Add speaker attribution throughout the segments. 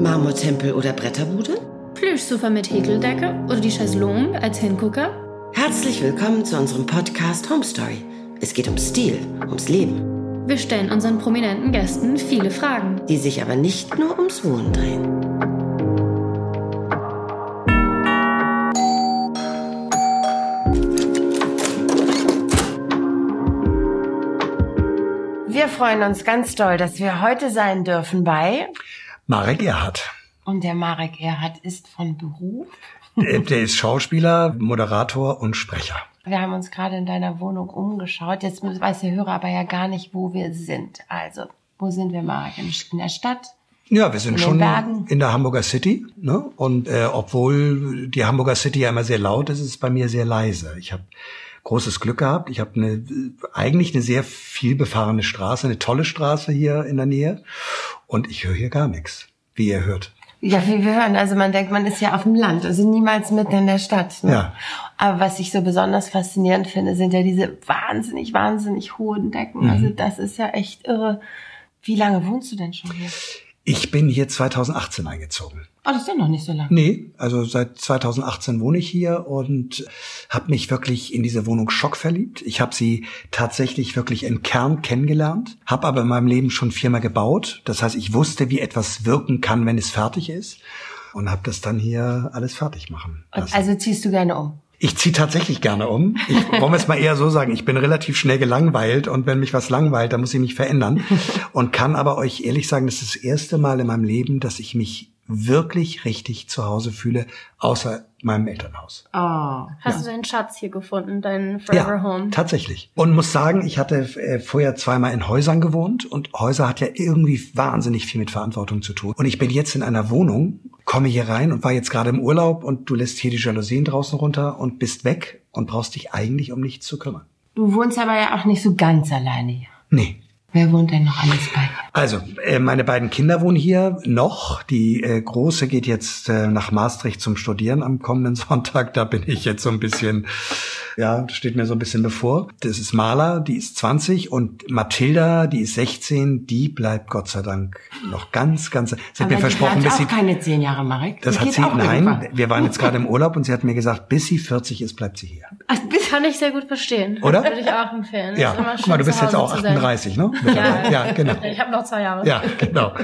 Speaker 1: Marmortempel oder Bretterbude?
Speaker 2: Plüschsofa mit Häkeldecke oder die Chaiselongue als Hingucker?
Speaker 1: Herzlich willkommen zu unserem Podcast Home Story. Es geht um Stil, ums Leben,
Speaker 2: Wir stellen unseren prominenten Gästen viele Fragen.
Speaker 1: die sich aber nicht nur ums Wohnen drehen.
Speaker 3: Wir freuen uns ganz doll, dass wir heute sein dürfen bei.
Speaker 4: Marek Erhardt.
Speaker 3: Und der Marek Erhardt ist von Beruf.
Speaker 4: Äh, Der ist Schauspieler, Moderator und Sprecher.
Speaker 3: Wir haben uns gerade in deiner Wohnung umgeschaut. Jetzt muss- weiß der Hörer aber ja gar nicht, wo wir sind. Also, wo sind wir, Marek? In in der Stadt?
Speaker 4: Ja, wir sind
Speaker 3: In den
Speaker 4: schon
Speaker 3: Bergen.
Speaker 4: in der Hamburger City. Ne? Und äh, obwohl die Hamburger City ja immer sehr laut ist, ist es bei mir sehr leise. Ich habe großes Glück gehabt. Ich habe eine, eigentlich eine sehr viel befahrene Straße, eine tolle Straße hier in der Nähe. Und ich höre hier gar nichts, wie ihr hört.
Speaker 3: Ja, wie wir hören. Also man denkt, man ist ja auf dem Land, also niemals mitten in der Stadt. Ne?
Speaker 4: Ja.
Speaker 3: Aber was ich so besonders faszinierend finde, sind ja diese wahnsinnig, wahnsinnig hohen Decken. Also das ist ja echt irre. Wie lange wohnst du denn schon hier?
Speaker 4: Ich bin hier 2018 eingezogen.
Speaker 3: Oh, das ist ja noch nicht so lange.
Speaker 4: Nee, also seit 2018 wohne ich hier und habe mich wirklich in diese Wohnung schockverliebt. Ich habe sie tatsächlich wirklich im Kern kennengelernt, habe aber in meinem Leben schon viermal gebaut. Das heißt, ich wusste, wie etwas wirken kann, wenn es fertig ist und habe das dann hier alles fertig machen lassen.
Speaker 3: Und also ziehst du gerne um?
Speaker 4: ich ziehe tatsächlich gerne um. Ich wollen wir es mal eher so sagen, ich bin relativ schnell gelangweilt und wenn mich was langweilt, dann muss ich mich verändern und kann aber euch ehrlich sagen, das ist das erste Mal in meinem Leben, dass ich mich wirklich richtig zu Hause fühle, außer meinem Elternhaus.
Speaker 3: Oh.
Speaker 2: Hast du deinen Schatz hier gefunden, dein Forever Home?
Speaker 4: Tatsächlich. Und muss sagen, ich hatte äh, vorher zweimal in Häusern gewohnt und Häuser hat ja irgendwie wahnsinnig viel mit Verantwortung zu tun. Und ich bin jetzt in einer Wohnung, komme hier rein und war jetzt gerade im Urlaub und du lässt hier die Jalousien draußen runter und bist weg und brauchst dich eigentlich um nichts zu kümmern.
Speaker 3: Du wohnst aber ja auch nicht so ganz alleine hier.
Speaker 4: Nee.
Speaker 3: Wer wohnt denn noch alles bei dir?
Speaker 4: Also, äh, meine beiden Kinder wohnen hier noch. Die äh, große geht jetzt äh, nach Maastricht zum Studieren am kommenden Sonntag. Da bin ich jetzt so ein bisschen, ja, das steht mir so ein bisschen bevor. Das ist Maler, die ist 20 und Mathilda, die ist 16, die bleibt Gott sei Dank noch ganz, ganz. Sie hat
Speaker 3: Aber
Speaker 4: mir
Speaker 3: die
Speaker 4: versprochen,
Speaker 3: bleibt
Speaker 4: bis sie.
Speaker 3: auch keine zehn Jahre, Marek.
Speaker 4: Das
Speaker 3: Die
Speaker 4: hat
Speaker 3: geht
Speaker 4: sie,
Speaker 3: auch
Speaker 4: nein,
Speaker 3: irgendwann.
Speaker 4: wir waren jetzt gerade im Urlaub und sie hat mir gesagt, bis sie 40 ist, bleibt sie hier.
Speaker 3: Ach, bis-
Speaker 2: Kann ich sehr gut verstehen.
Speaker 4: Oder?
Speaker 2: Würde ich auch empfehlen.
Speaker 4: Ja,
Speaker 2: Ist immer
Speaker 4: guck mal,
Speaker 2: schön,
Speaker 4: du bist
Speaker 2: zu
Speaker 4: jetzt
Speaker 2: Hause
Speaker 4: auch
Speaker 2: zu sein.
Speaker 4: 38, ne? Mittlerweile. ja genau.
Speaker 2: Ich habe noch zwei Jahre.
Speaker 4: Ja, genau.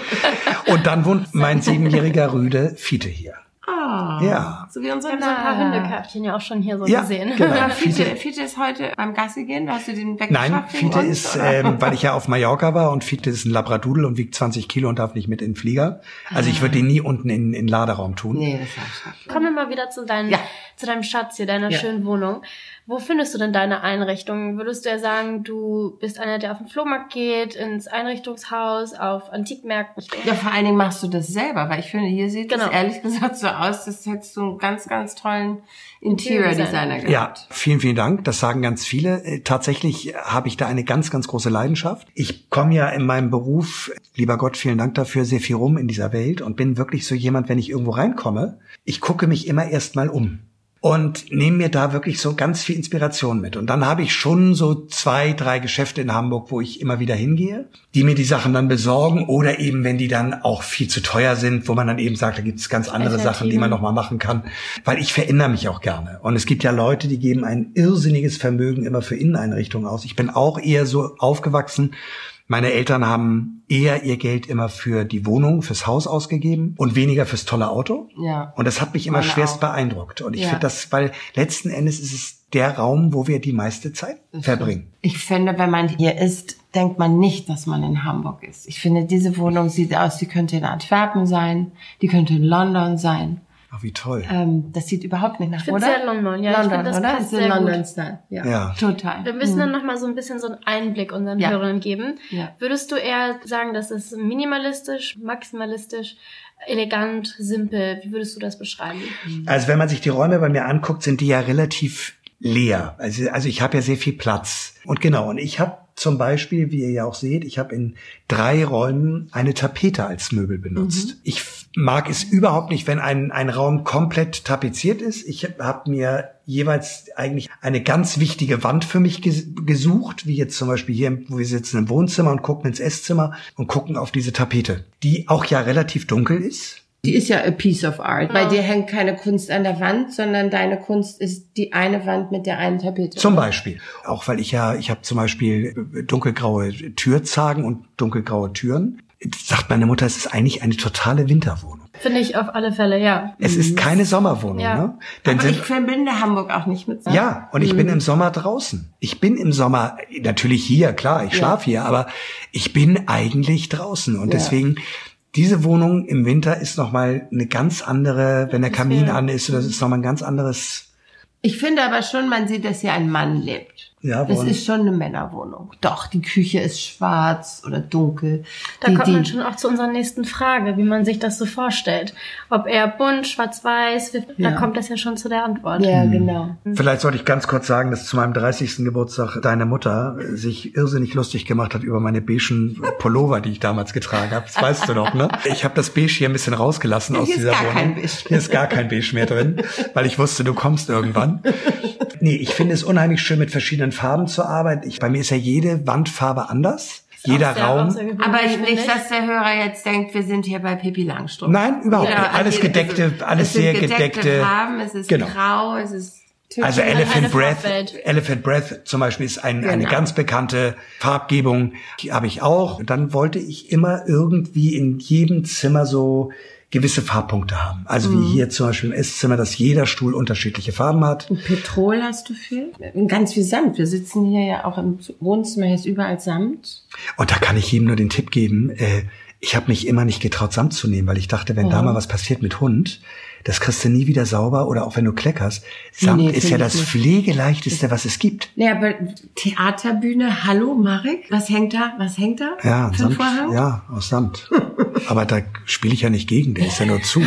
Speaker 4: Und dann wohnt mein siebenjähriger Rüde Fiete hier.
Speaker 3: Ah,
Speaker 4: Ja.
Speaker 3: So wie
Speaker 2: Ich
Speaker 3: unser
Speaker 2: habe so ein paar
Speaker 3: Name.
Speaker 2: Hundeköpfchen ja auch schon hier so
Speaker 4: Ja,
Speaker 2: gesehen.
Speaker 4: genau.
Speaker 3: Ja,
Speaker 4: Ja,
Speaker 3: Fiete,
Speaker 4: Fiete.
Speaker 3: Fiete ist heute beim Gassi gehen. Hast du den weggeschafft?
Speaker 4: Nein,
Speaker 3: wegen
Speaker 4: Fiete
Speaker 3: uns,
Speaker 4: ist,
Speaker 3: oder?
Speaker 4: ähm, weil ich ja auf Mallorca war und Fiete ist ein Labradudel und wiegt 20 Kilo und darf nicht mit in den Flieger. Also ich würde ihn nie unten in den Laderaum tun.
Speaker 3: Ah. Nee, das ist auch
Speaker 2: Kommen wir mal wieder zu, deinen,
Speaker 3: Ja.
Speaker 2: zu deinem Schatz hier, deiner
Speaker 3: Ja.
Speaker 2: schönen Wohnung. Wo findest du denn deine Einrichtung? Würdest du ja sagen, du bist einer, der auf den Flohmarkt geht, ins Einrichtungshaus, auf Antikmärkten?
Speaker 3: Ja, vor allen Dingen machst du das selber, weil ich finde, hier sieht es
Speaker 2: Genau.
Speaker 3: ehrlich gesagt so aus, als hättest du einen ganz, ganz tollen Interior Designer
Speaker 4: Ja,
Speaker 3: gehabt.
Speaker 4: vielen, vielen Dank. Das sagen ganz viele. Äh, Tatsächlich habe ich da eine ganz, ganz große Leidenschaft. Ich komme ja in meinem Beruf, lieber Gott, vielen Dank dafür, sehr viel rum in dieser Welt und bin wirklich so jemand, wenn ich irgendwo reinkomme, ich gucke mich immer erstmal um. Und nehme mir da wirklich so ganz viel Inspiration mit. Und dann habe ich schon so zwei, drei Geschäfte in Hamburg, wo ich immer wieder hingehe, die mir die Sachen dann besorgen oder eben, wenn die dann auch viel zu teuer sind, wo man dann eben sagt, da gibt es ganz andere Sachen, die man noch
Speaker 2: Alternativen.
Speaker 4: mal machen kann, weil ich verändere mich auch gerne. Und es gibt ja Leute, die geben ein irrsinniges Vermögen immer für Inneneinrichtungen aus. Ich bin auch eher so aufgewachsen. Meine Eltern haben eher ihr Geld immer für die Wohnung, fürs Haus ausgegeben und weniger fürs tolle Auto.
Speaker 3: Ja.
Speaker 4: Und das hat mich immer
Speaker 3: Meine
Speaker 4: schwerst
Speaker 3: auch.
Speaker 4: beeindruckt. Und ich
Speaker 3: Ja.
Speaker 4: finde das, weil letzten Endes ist es der Raum, wo wir die meiste Zeit verbringen.
Speaker 3: Ich finde, wenn man hier ist, denkt man nicht, dass man in Hamburg ist. Ich finde, diese Wohnung sieht aus, die könnte in Antwerpen sein, die könnte in London sein.
Speaker 4: Ach, wie toll.
Speaker 3: Ähm, das sieht überhaupt nicht nach,
Speaker 2: find's
Speaker 3: oder?
Speaker 2: sehr London, ja, ich
Speaker 3: London,
Speaker 2: find, das
Speaker 3: oder?
Speaker 2: passt
Speaker 3: Ist in
Speaker 2: sehr gut.
Speaker 3: London Style. Ja.
Speaker 4: Ja.
Speaker 3: Total.
Speaker 2: Wir müssen dann nochmal so ein bisschen so einen Einblick unseren
Speaker 3: Ja.
Speaker 2: Hörern geben.
Speaker 3: Ja.
Speaker 2: Würdest du eher sagen, das ist minimalistisch, maximalistisch, elegant, simpel? Wie würdest du das beschreiben?
Speaker 4: Also wenn man sich die Räume bei mir anguckt, sind die ja relativ leer. Also, also ich habe ja sehr viel Platz. Und genau, und ich habe zum Beispiel, wie ihr ja auch seht, ich habe in drei Räumen eine Tapete als Möbel benutzt. Ich f- mag es überhaupt nicht, wenn ein, ein Raum komplett tapeziert ist. Ich habe mir jeweils eigentlich eine ganz wichtige Wand für mich ges gesucht, wie jetzt zum Beispiel hier, wo wir sitzen im Wohnzimmer und gucken ins Esszimmer und gucken auf diese Tapete, die auch ja relativ dunkel ist.
Speaker 3: Die ist ja a piece of art.
Speaker 2: Genau.
Speaker 3: Bei dir hängt keine Kunst an der Wand, sondern deine Kunst ist die eine Wand mit der einen Tapete.
Speaker 4: Zum Beispiel. Auch weil ich ja, ich habe zum Beispiel äh, dunkelgraue Türzagen und dunkelgraue Türen. Sagt meine Mutter, es ist eigentlich eine totale Winterwohnung.
Speaker 2: Finde ich auf alle Fälle, ja.
Speaker 4: Es ist keine Sommerwohnung,
Speaker 2: Ja.
Speaker 4: ne? Denn
Speaker 3: Mhm. Aber
Speaker 4: sind-
Speaker 3: ich Mhm. verbinde Hamburg auch nicht mit Sand.
Speaker 4: Ja, und ich bin im Sommer draußen. Ich bin im Sommer natürlich hier, klar, ich schlafe hier, aber ich bin eigentlich draußen und
Speaker 3: Ja.
Speaker 4: deswegen diese Wohnung im Winter ist noch mal eine ganz andere, wenn der Kamin an ist, das ist noch mal ein ganz anderes.
Speaker 3: Ich finde aber schon, man sieht, dass hier ein Mann lebt.
Speaker 4: Ja,
Speaker 3: das
Speaker 4: woran-
Speaker 3: ist schon eine Männerwohnung. Doch, die Küche ist schwarz oder dunkel.
Speaker 2: Da
Speaker 3: die,
Speaker 2: kommt
Speaker 3: die,
Speaker 2: man schon auch zu unserer nächsten Frage, wie man sich das so vorstellt. Ob eher bunt, schwarz-weiß, wir- da
Speaker 3: Ja.
Speaker 2: kommt das ja schon zu der Antwort.
Speaker 4: Hm.
Speaker 3: Ja, genau.
Speaker 4: Vielleicht sollte ich ganz kurz sagen, dass zu meinem 30. Geburtstag deine Mutter äh, sich irrsinnig lustig gemacht hat über meine beigen Pullover, die ich damals getragen habe. Das weißt du noch, ne? Ich habe das beige hier ein bisschen rausgelassen aus
Speaker 3: Hier ist
Speaker 4: dieser
Speaker 3: gar
Speaker 4: Wohnung.
Speaker 3: kein Beige.
Speaker 4: Hier ist gar kein beige mehr drin, weil ich wusste, du kommst irgendwann. Nee, ich finde es unheimlich schön, mit verschiedenen Farben zu arbeiten. Ich, bei mir ist ja jede Wandfarbe anders. Jeder
Speaker 2: Auch sehr
Speaker 4: Raum.
Speaker 2: außergewöhnlich,
Speaker 3: Aber
Speaker 2: finde
Speaker 3: nicht,
Speaker 2: ich.
Speaker 3: dass der Hörer jetzt denkt, wir sind hier bei Pippi Langstrumpf.
Speaker 4: Nein, überhaupt
Speaker 3: Jeder-
Speaker 4: nicht. Alles
Speaker 3: jeder-
Speaker 4: gedeckte,
Speaker 3: es
Speaker 4: alles
Speaker 3: sind
Speaker 4: sehr
Speaker 3: gedeckte.
Speaker 4: gedeckte-
Speaker 3: Farben, es ist
Speaker 4: Genau.
Speaker 3: grau, es ist
Speaker 4: Also
Speaker 3: türkis.
Speaker 4: Elephant
Speaker 2: eine
Speaker 4: Breath,
Speaker 2: Farbwelt.
Speaker 4: Elephant Breath zum Beispiel ist ein, eine
Speaker 3: Genau.
Speaker 4: ganz bekannte Farbgebung, die habe ich auch. Und dann wollte ich immer irgendwie in jedem Zimmer so gewisse Farbpunkte haben. Also
Speaker 3: Mhm.
Speaker 4: wie hier zum Beispiel im Esszimmer, dass jeder Stuhl unterschiedliche Farben hat.
Speaker 3: Petrol hast du viel? Ganz viel Samt. Wir sitzen hier ja auch im Wohnzimmer, hier ist überall Samt.
Speaker 4: Und da kann ich jedem nur den Tipp geben, äh, ich habe mich immer nicht getraut, Samt zu nehmen, weil ich dachte, wenn da
Speaker 3: Mhm.
Speaker 4: mal was passiert mit Hund, das kriegst du nie wieder sauber oder auch wenn du kleckerst. Samt
Speaker 3: Nee,
Speaker 4: ist
Speaker 3: find
Speaker 4: ja
Speaker 3: ich
Speaker 4: das
Speaker 3: nicht.
Speaker 4: pflegeleichteste, was es gibt.
Speaker 3: Nee, aber Theaterbühne, hallo Marek, was hängt da? Was hängt da?
Speaker 4: Ja,
Speaker 3: Für ein
Speaker 4: Samt,
Speaker 3: Vorhang?
Speaker 4: ja, aus Samt. Aber da spiele ich ja nicht gegen, der ist ja nur zu.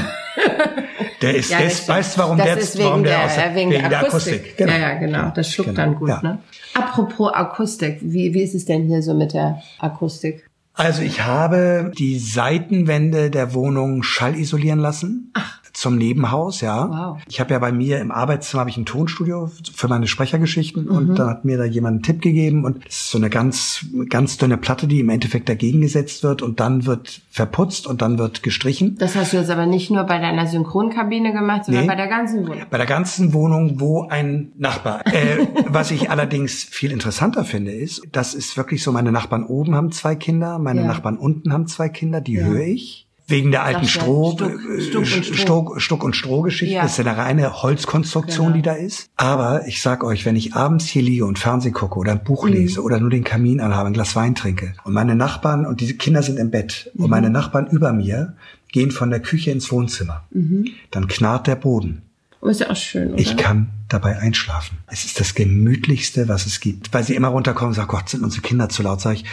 Speaker 4: Der ist,
Speaker 3: Ja,
Speaker 4: der
Speaker 3: das
Speaker 4: ist,
Speaker 3: stimmt.
Speaker 4: weißt du, warum
Speaker 3: das
Speaker 4: der,
Speaker 3: ist
Speaker 4: warum
Speaker 3: wegen der,
Speaker 4: aus-
Speaker 3: äh, wegen der Akustik.
Speaker 4: Genau.
Speaker 3: Ja, ja, genau. Das schluckt
Speaker 4: Genau.
Speaker 3: dann gut,
Speaker 4: Ja.
Speaker 3: ne? Apropos Akustik, wie, wie ist es denn hier so mit der Akustik?
Speaker 4: Also ich habe die Seitenwände der Wohnung schallisolieren lassen. Zum Nebenhaus, ja.
Speaker 3: Wow.
Speaker 4: Ich habe ja bei mir im Arbeitszimmer habe ich ein Tonstudio für meine Sprechergeschichten
Speaker 3: Mhm.
Speaker 4: und dann hat mir da jemand einen Tipp gegeben und es ist so eine ganz ganz dünne Platte, die im Endeffekt dagegen gesetzt wird und dann wird verputzt und dann wird gestrichen.
Speaker 3: Das hast du jetzt aber nicht nur bei deiner Synchronkabine gemacht, sondern
Speaker 4: Nee.
Speaker 3: bei der ganzen Wohnung.
Speaker 4: Bei der ganzen Wohnung, wo ein Nachbar. Äh, was ich allerdings viel interessanter finde, ist, das ist wirklich so, meine Nachbarn oben haben zwei Kinder, meine
Speaker 3: Ja.
Speaker 4: Nachbarn unten haben zwei Kinder, die höre ich. Wegen der alten
Speaker 3: Ach ja,
Speaker 4: Stroh,
Speaker 3: Stuck-
Speaker 4: äh,
Speaker 3: Stuck und Stroh.
Speaker 4: Stuck, Stuck und Strohgeschichte.
Speaker 3: Ja. Genau.
Speaker 4: Das ist ja eine reine Holzkonstruktion, die da ist. Aber ich sag euch, wenn ich abends hier liege und Fernsehen gucke oder ein
Speaker 3: Mhm.
Speaker 4: Buch lese oder nur den Kamin anhabe, ein Glas Wein trinke und meine Nachbarn und diese Kinder sind im Bett
Speaker 3: Mhm.
Speaker 4: und meine Nachbarn über mir gehen von der Küche ins Wohnzimmer,
Speaker 3: Mhm.
Speaker 4: dann knarrt der Boden.
Speaker 3: Und ist ja auch schön, oder?
Speaker 4: Ich kann dabei einschlafen. Es ist das gemütlichste, was es gibt. Weil sie immer runterkommen und sagen, Gott, sind unsere Kinder zu laut, sage ich,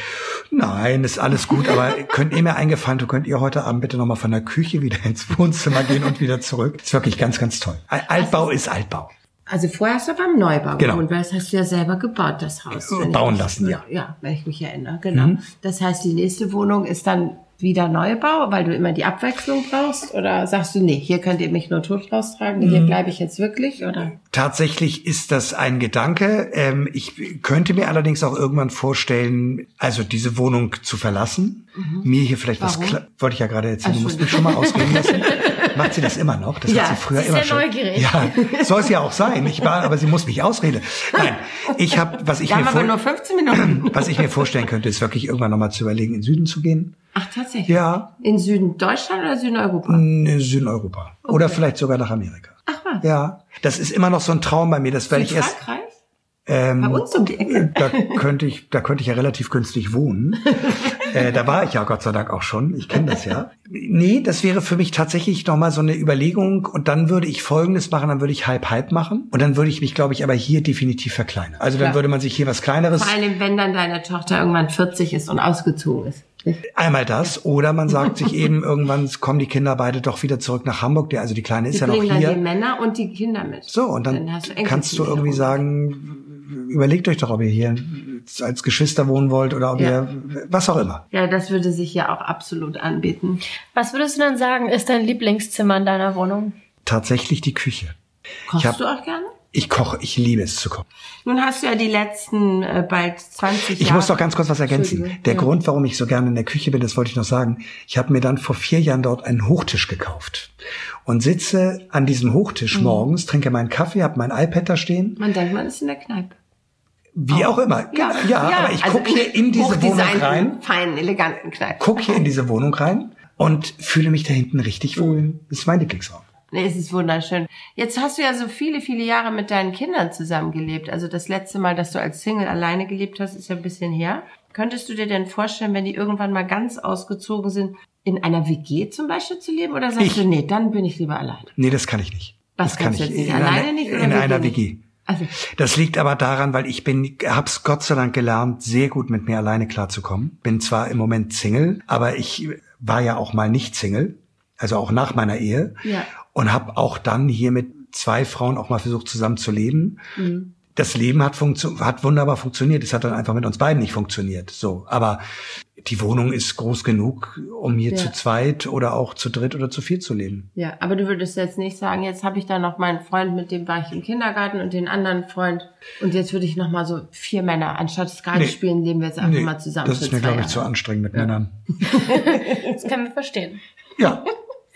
Speaker 4: nein, ist alles gut, aber könnt ihr mir eingefallen, du könnt ihr heute Abend bitte nochmal von der Küche wieder ins Wohnzimmer gehen und wieder zurück. Ist wirklich ganz, ganz toll. Al- Altbau ist Altbau.
Speaker 3: Also vorher hast du beim Neubau
Speaker 4: Genau.
Speaker 3: gewohnt, weil das hast du ja selber gebaut, das Haus. wenn ich
Speaker 4: Bauen
Speaker 3: mich-
Speaker 4: lassen, ja. Mhm.
Speaker 3: Ja, wenn ich mich erinnere, genau. Das heißt, die nächste Wohnung ist dann wieder Neubau, weil du immer die Abwechslung brauchst? Oder sagst du, nee, hier könnt ihr mich nur tot raustragen, hier
Speaker 4: Mhm.
Speaker 3: bleibe ich jetzt wirklich? Oder?
Speaker 4: Tatsächlich ist das ein Gedanke. Ähm, ich könnte mir allerdings auch irgendwann vorstellen, also diese Wohnung zu verlassen. Mir hier vielleicht was
Speaker 3: Mhm. Warum?
Speaker 4: kla- wollte ich ja gerade erzählen. Du
Speaker 3: Ach,
Speaker 4: musst mich schon mal ausreden lassen. Macht sie das immer noch? Das
Speaker 3: Ja,
Speaker 4: hat sie früher
Speaker 2: sie ist
Speaker 4: immer
Speaker 2: sehr
Speaker 4: schon.
Speaker 2: neugierig.
Speaker 4: Ja, soll es ja auch sein. Ich war, aber sie muss mich ausreden. Nein, ich habe, was ich
Speaker 3: Wir
Speaker 4: mir
Speaker 3: haben aber
Speaker 4: vor,
Speaker 3: nur 15 Minuten.
Speaker 4: was ich mir vorstellen könnte, ist wirklich irgendwann nochmal zu überlegen, in den Süden zu gehen.
Speaker 3: Ach, tatsächlich?
Speaker 4: Ja, Hm,
Speaker 3: In Süden Deutschland oder Süden Europa?
Speaker 4: in Südeuropa oder vielleicht sogar nach Amerika.
Speaker 3: Ach was,
Speaker 4: Ja, das ist immer noch so ein Traum bei mir. Das werde ich
Speaker 3: in
Speaker 4: erst.
Speaker 3: Frankreich?
Speaker 4: Ähm,
Speaker 3: Bei uns um die Ecke.
Speaker 4: da könnte ich, da könnte ich ja relativ günstig wohnen. äh, da war ich ja Gott sei Dank auch schon. Ich kenne das ja. Nee, das wäre für mich tatsächlich nochmal so eine Überlegung. Und dann würde ich Folgendes machen. Dann würde ich halb-halb machen. Und dann würde ich mich, glaube ich, aber hier definitiv verkleinern. Also dann
Speaker 3: Klar.
Speaker 4: würde man sich hier was Kleineres,
Speaker 3: Vor allem, wenn dann deine Tochter irgendwann 40 ist und ausgezogen ist.
Speaker 4: einmal das. Oder man sagt sich eben, irgendwann kommen die Kinder beide doch wieder zurück nach Hamburg. Der, also die Kleine ist
Speaker 3: Die
Speaker 4: ja noch
Speaker 3: bringen dann die
Speaker 4: hier.
Speaker 3: Männer und die Kinder mit.
Speaker 4: So, und dann,
Speaker 3: hast Enkelkinder
Speaker 4: kannst du irgendwie
Speaker 3: rum.
Speaker 4: sagen, überlegt euch doch, ob ihr hier als Geschwister wohnen wollt oder ob
Speaker 3: Ja.
Speaker 4: ihr, was auch immer.
Speaker 3: Ja, das würde sich ja auch absolut anbieten.
Speaker 2: Was würdest du dann sagen, ist dein Lieblingszimmer in deiner Wohnung?
Speaker 4: Tatsächlich die Küche.
Speaker 3: Kochst
Speaker 4: Ich hab-
Speaker 3: du auch gerne?
Speaker 4: Ich koche, ich liebe es zu kochen.
Speaker 3: Nun hast du ja die letzten äh, bald 20
Speaker 4: Ich
Speaker 3: Jahre.
Speaker 4: muss doch ganz kurz was ergänzen.
Speaker 3: Entschuldige.
Speaker 4: Der
Speaker 3: Ja.
Speaker 4: Grund, warum ich so gerne in der Küche bin, das wollte ich noch sagen. Ich habe mir dann vor vier Jahren dort einen Hochtisch gekauft und sitze an diesem Hochtisch
Speaker 3: Mhm.
Speaker 4: morgens, trinke meinen Kaffee, habe mein iPad da stehen,
Speaker 3: Man denkt, man ist in der Kneipe.
Speaker 4: wie auch immer. Ja, ja, aber ich
Speaker 3: Also
Speaker 4: gucke
Speaker 3: ne,
Speaker 4: hier in diese Wohnung
Speaker 3: hochdesignten,
Speaker 4: rein,
Speaker 3: feinen, eleganten Kneipe.
Speaker 4: gucke hier in diese Wohnung rein und fühle mich da hinten richtig wohl. Das ist mein Lieblingsraum.
Speaker 3: Nee, es ist wunderschön. Jetzt hast du ja so viele, viele Jahre mit deinen Kindern zusammengelebt. Also das letzte Mal, dass du als Single alleine gelebt hast, ist ja ein bisschen her. Könntest du dir denn vorstellen, wenn die irgendwann mal ganz ausgezogen sind, in einer WG zum Beispiel zu leben? Oder sagst
Speaker 4: Ich.
Speaker 3: du, nee, dann bin ich lieber alleine?
Speaker 4: Nee, das kann ich nicht.
Speaker 3: Was,
Speaker 4: das kann
Speaker 3: kannst
Speaker 4: ich
Speaker 3: du jetzt nicht
Speaker 4: in einer,
Speaker 3: alleine nicht oder
Speaker 4: in
Speaker 3: WG
Speaker 4: einer
Speaker 3: nicht?
Speaker 4: WG.
Speaker 3: Also,
Speaker 4: Das liegt aber daran, weil ich bin, hab's Gott sei Dank gelernt, sehr gut mit mir alleine klarzukommen. Bin zwar im Moment Single, aber ich war ja auch mal nicht Single, also auch nach meiner Ehe
Speaker 3: Ja.
Speaker 4: und habe auch dann hier mit zwei Frauen auch mal versucht zusammen zu leben.
Speaker 3: mm,
Speaker 4: Das Leben hat, funktio- hat wunderbar funktioniert. Es hat dann einfach mit uns beiden nicht funktioniert. So, aber die Wohnung ist groß genug, um hier
Speaker 3: Ja.
Speaker 4: zu zweit oder auch zu dritt oder zu viert zu leben.
Speaker 3: ja, aber du würdest jetzt nicht sagen, jetzt habe ich da noch meinen Freund, mit dem war ich im Kindergarten und den anderen Freund. Und jetzt würde ich noch mal so vier Männer, anstatt Skat
Speaker 4: Nee.
Speaker 3: spielen, leben wir jetzt einfach
Speaker 4: Nee,
Speaker 3: mal zusammen.
Speaker 4: das
Speaker 3: für
Speaker 4: ist mir,
Speaker 3: zwei
Speaker 4: glaube ich,
Speaker 3: Jahre.
Speaker 4: zu anstrengend mit Männern.
Speaker 2: Das können wir verstehen.
Speaker 4: Ja.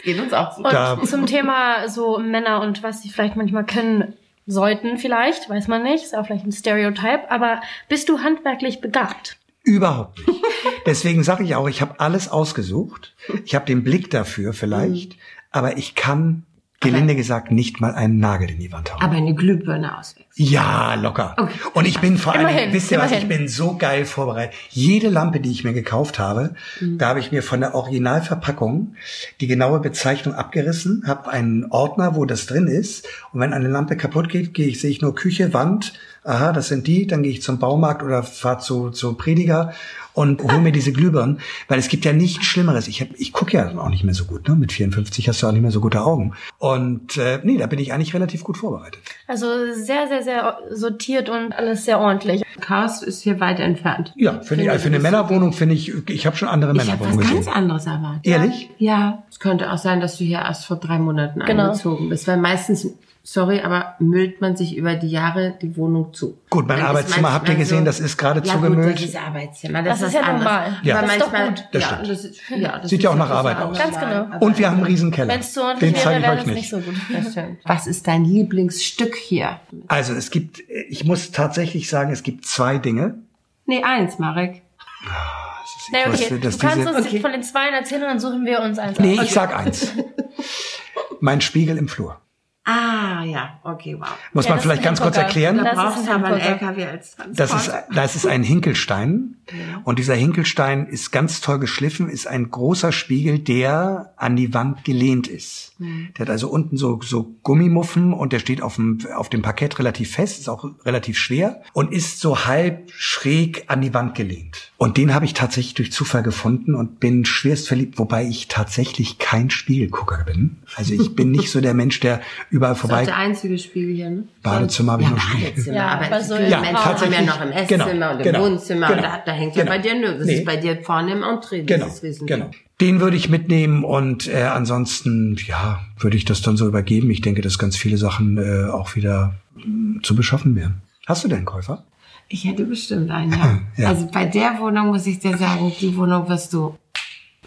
Speaker 3: Geht uns auch so.
Speaker 2: Und
Speaker 4: Da-
Speaker 2: zum Thema so Männer und was sie vielleicht manchmal können sollten, vielleicht, weiß man nicht, ist auch vielleicht ein Stereotype, aber bist du handwerklich begabt?
Speaker 4: Überhaupt nicht. Deswegen sage ich auch, ich habe alles ausgesucht. Ich habe den Blick dafür vielleicht, aber ich kann gelinde gesagt nicht mal einen Nagel in die Wand hauen.
Speaker 3: Aber eine Glühbirne auswechseln.
Speaker 4: ja, locker.
Speaker 3: Okay.
Speaker 4: Und ich bin vor allem,
Speaker 2: Immerhin,
Speaker 4: wisst ihr was, ich
Speaker 2: immerhin.
Speaker 4: bin so geil vorbereitet. Jede Lampe, die ich mir gekauft habe,
Speaker 2: Mhm.
Speaker 4: da habe ich mir von der Originalverpackung die genaue Bezeichnung abgerissen, habe einen Ordner, wo das drin ist. Und wenn eine Lampe kaputt geht, gehe ich, sehe ich nur Küche, Wand, aha, das sind die, dann gehe ich zum Baumarkt oder fahre zu, zu Prediger und hole mir diese Glühbirnen, weil es gibt ja nichts Schlimmeres. Ich, hab- ich gucke ja auch nicht mehr so gut, ne? Mit 54 hast du auch nicht mehr so gute Augen. Und äh, nee, da bin ich eigentlich relativ gut vorbereitet.
Speaker 2: Also sehr, sehr, sehr sortiert und alles sehr ordentlich.
Speaker 3: Chaos ist hier weit entfernt.
Speaker 4: Ja, finde ich,
Speaker 3: Finde
Speaker 4: also für eine
Speaker 3: ich
Speaker 4: Männerwohnung finde ich, ich habe schon andere
Speaker 3: Ich habe was
Speaker 4: Männerwohnungen gesehen.
Speaker 3: ganz anderes erwartet.
Speaker 4: Ehrlich?
Speaker 3: Ja, es könnte auch sein, dass du hier erst vor drei Monaten
Speaker 2: Genau.
Speaker 3: eingezogen bist, weil meistens, sorry, aber müllt man sich über die Jahre die Wohnung zu.
Speaker 4: Gut,
Speaker 3: Dann
Speaker 4: mein
Speaker 3: ist
Speaker 4: Arbeitszimmer habt ihr
Speaker 3: manchmal
Speaker 4: gesehen, das ist gerade
Speaker 3: also? ja,
Speaker 4: zugemüllt.
Speaker 3: Gut, das ist Arbeitszimmer,
Speaker 2: Das
Speaker 3: das,
Speaker 2: ist
Speaker 3: was
Speaker 2: ja
Speaker 3: anderes.
Speaker 2: normal.
Speaker 4: Ja.
Speaker 3: Aber
Speaker 2: Das ist doch
Speaker 3: manchmal,
Speaker 2: gut.
Speaker 4: Das
Speaker 3: ja,
Speaker 4: stimmt.
Speaker 3: das ist, ja, das
Speaker 4: Sieht
Speaker 3: ist
Speaker 4: ja auch nach
Speaker 3: das ist
Speaker 4: Arbeit
Speaker 3: auch
Speaker 4: aus.
Speaker 2: Ganz
Speaker 3: normal.
Speaker 2: genau.
Speaker 3: Aber-
Speaker 4: Und wir haben einen riesen Keller.
Speaker 2: Wenn es zu
Speaker 4: Den
Speaker 2: ordentlich
Speaker 4: zeige
Speaker 2: wäre,
Speaker 4: ich
Speaker 2: wäre
Speaker 4: euch
Speaker 2: das
Speaker 4: nicht.
Speaker 2: nicht. so gut.
Speaker 3: Das stimmt. Was ist dein Lieblingsstück hier?
Speaker 4: Also es gibt, ich muss tatsächlich sagen, es gibt zwei Dinge.
Speaker 3: Nee, eins, Marek.
Speaker 4: Das ist- ich
Speaker 2: Naja, okay.
Speaker 4: wusste, dass
Speaker 2: du kannst
Speaker 4: diese-
Speaker 2: uns
Speaker 3: Okay.
Speaker 2: von den zwei erzählen und dann suchen wir uns eins
Speaker 4: nee,
Speaker 2: aus.
Speaker 4: ich sag eins. mein Spiegel im Flur.
Speaker 3: Ah, ja, okay, wow.
Speaker 4: Muss
Speaker 2: Ja,
Speaker 4: man
Speaker 2: das
Speaker 4: vielleicht
Speaker 2: ist
Speaker 4: ganz kurz
Speaker 2: Hancocker.
Speaker 4: erklären.
Speaker 3: Da
Speaker 2: Das ist
Speaker 3: brauchst du
Speaker 2: ein
Speaker 3: aber einen
Speaker 2: Hamburger.
Speaker 3: LKW als Transport.
Speaker 4: Das ist, das ist ein Hinkelstein. Und dieser Hinkelstein ist ganz toll geschliffen, ist ein großer Spiegel, der an die Wand gelehnt ist. Der hat also unten so, so Gummimuffen und der steht auf dem, auf dem Parkett relativ fest, ist auch relativ schwer und ist so halb schräg an die Wand gelehnt. Und den habe ich tatsächlich durch Zufall gefunden und bin schwerst verliebt, wobei ich tatsächlich kein Spiegelgucker bin. Also ich bin nicht so der Mensch, der überall
Speaker 3: Das
Speaker 4: vorbei
Speaker 3: ist auch der einzige Spiegel hier, ne?
Speaker 4: Badezimmer habe ich
Speaker 3: ja,
Speaker 4: noch Spiegel.
Speaker 3: Badezimmer,
Speaker 2: Ja,
Speaker 3: aber,
Speaker 2: aber
Speaker 3: es
Speaker 2: so
Speaker 3: gibt
Speaker 2: im
Speaker 3: ja, Menschen haben ja
Speaker 4: tatsächlich.
Speaker 3: noch im Esszimmer
Speaker 4: Genau,
Speaker 3: und im
Speaker 4: genau,
Speaker 3: Wohnzimmer.
Speaker 4: genau,
Speaker 3: und da, da hängt ja
Speaker 4: genau.
Speaker 3: bei dir nur. Das
Speaker 4: Nee.
Speaker 3: ist bei dir vorne im Entree. dieses Riesen-
Speaker 4: Genau. Den würde ich mitnehmen und äh, ansonsten, ja, würde ich das dann so übergeben. Ich denke, dass ganz viele Sachen äh, auch wieder mh, zu beschaffen wären. Hast du denn einen Käufer?
Speaker 3: Ich hätte bestimmt einen, ja.
Speaker 4: Ja.
Speaker 3: Also bei der Wohnung muss ich dir sagen, die Wohnung wirst du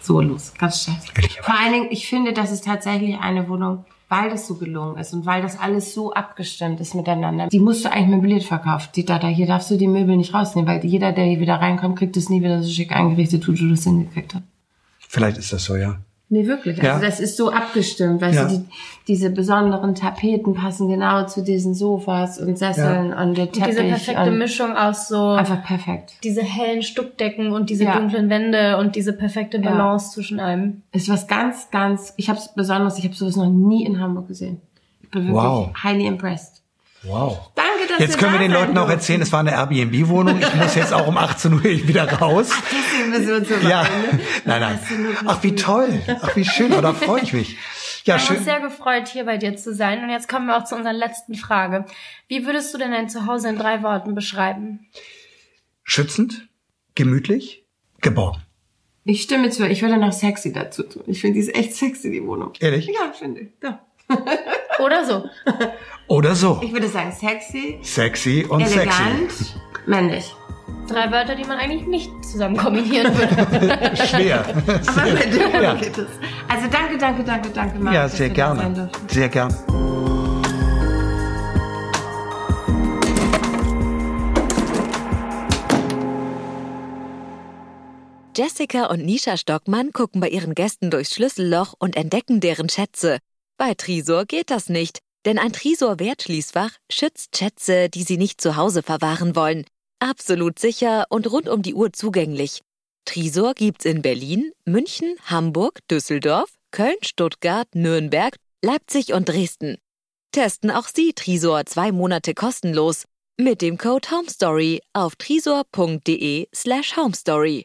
Speaker 3: so los. Ganz schnell.
Speaker 4: Will ich aber.
Speaker 3: Vor allen Dingen, ich finde, das ist tatsächlich eine Wohnung, weil das so gelungen ist und weil das alles so abgestimmt ist miteinander. Die musst du eigentlich möbliert verkaufen. Die da, da, hier darfst du die Möbel nicht rausnehmen, weil jeder, der hier wieder reinkommt, kriegt es nie wieder so schick eingerichtet, wie du das hingekriegt hast.
Speaker 4: Vielleicht ist das so, ja.
Speaker 3: Nee, wirklich. Also
Speaker 4: Ja.
Speaker 3: das ist so abgestimmt, weißt
Speaker 4: Ja.
Speaker 3: du, die, diese besonderen Tapeten passen genau zu diesen Sofas und Sesseln und der Teppich.
Speaker 2: Diese perfekte
Speaker 3: und
Speaker 2: Mischung aus so
Speaker 3: Einfach perfekt.
Speaker 2: diese hellen Stuckdecken und diese
Speaker 3: Ja.
Speaker 2: dunklen Wände und diese perfekte
Speaker 3: Ja.
Speaker 2: Balance zwischen allem.
Speaker 3: Ist was ganz, ganz, ich habe es besonders, ich habe sowas noch nie in Hamburg gesehen. Ich bin wirklich
Speaker 4: Wow.
Speaker 3: highly impressed.
Speaker 4: Wow.
Speaker 3: Danke, dass
Speaker 4: Jetzt
Speaker 3: du
Speaker 4: können
Speaker 3: da
Speaker 4: wir den
Speaker 3: sein
Speaker 4: Leuten auch
Speaker 3: durftest.
Speaker 4: erzählen, es war eine Airbnb-Wohnung. Ich muss jetzt auch um 18 Uhr wieder raus.
Speaker 3: Wir müssen uns überall,
Speaker 4: Ja,
Speaker 3: ne?
Speaker 4: nein, nein.
Speaker 3: Hast du nur
Speaker 4: Ach, wie toll. Ach, wie schön. Oh, da freue ich mich. Ja,
Speaker 2: Wir haben
Speaker 4: schön.
Speaker 2: uns sehr gefreut, hier bei dir zu sein. Und jetzt kommen wir auch zu unserer letzten Frage. Wie würdest du denn dein Zuhause in drei Worten beschreiben?
Speaker 4: Schützend, gemütlich, geborgen.
Speaker 3: Ich stimme zu, ich würde noch sexy dazu tun. Ich finde, die ist echt sexy, die Wohnung.
Speaker 4: Ehrlich?
Speaker 3: Ja, finde ich. Ja.
Speaker 2: Oder so.
Speaker 4: Oder so.
Speaker 3: Ich würde sagen sexy,
Speaker 4: Sexy und
Speaker 3: elegant, männlich.
Speaker 2: Drei Wörter, die man eigentlich nicht zusammen kombinieren würde.
Speaker 4: sexy. Schwer.
Speaker 3: Aber mit dem
Speaker 4: Ja.
Speaker 3: geht es. Also danke, danke, danke, danke, Marc.
Speaker 4: Ja,
Speaker 3: dass
Speaker 4: sehr
Speaker 3: wir da sein
Speaker 4: gerne.
Speaker 3: durften.
Speaker 4: Sehr gerne.
Speaker 5: Jessica und Nisha Stockmann gucken bei ihren Gästen durchs Schlüsselloch und entdecken deren Schätze. Bei Trisor geht das nicht, denn ein Trisor-Wertschließfach schützt Schätze, die sie nicht zu Hause verwahren wollen. Absolut sicher und rund um die Uhr zugänglich. Trisor gibt's in Berlin, München, Hamburg, Düsseldorf, Köln, Stuttgart, Nürnberg, Leipzig und Dresden. Testen auch Sie Trisor zwei Monate kostenlos mit dem Code HOMESTORY auf trisor.de slash homestory.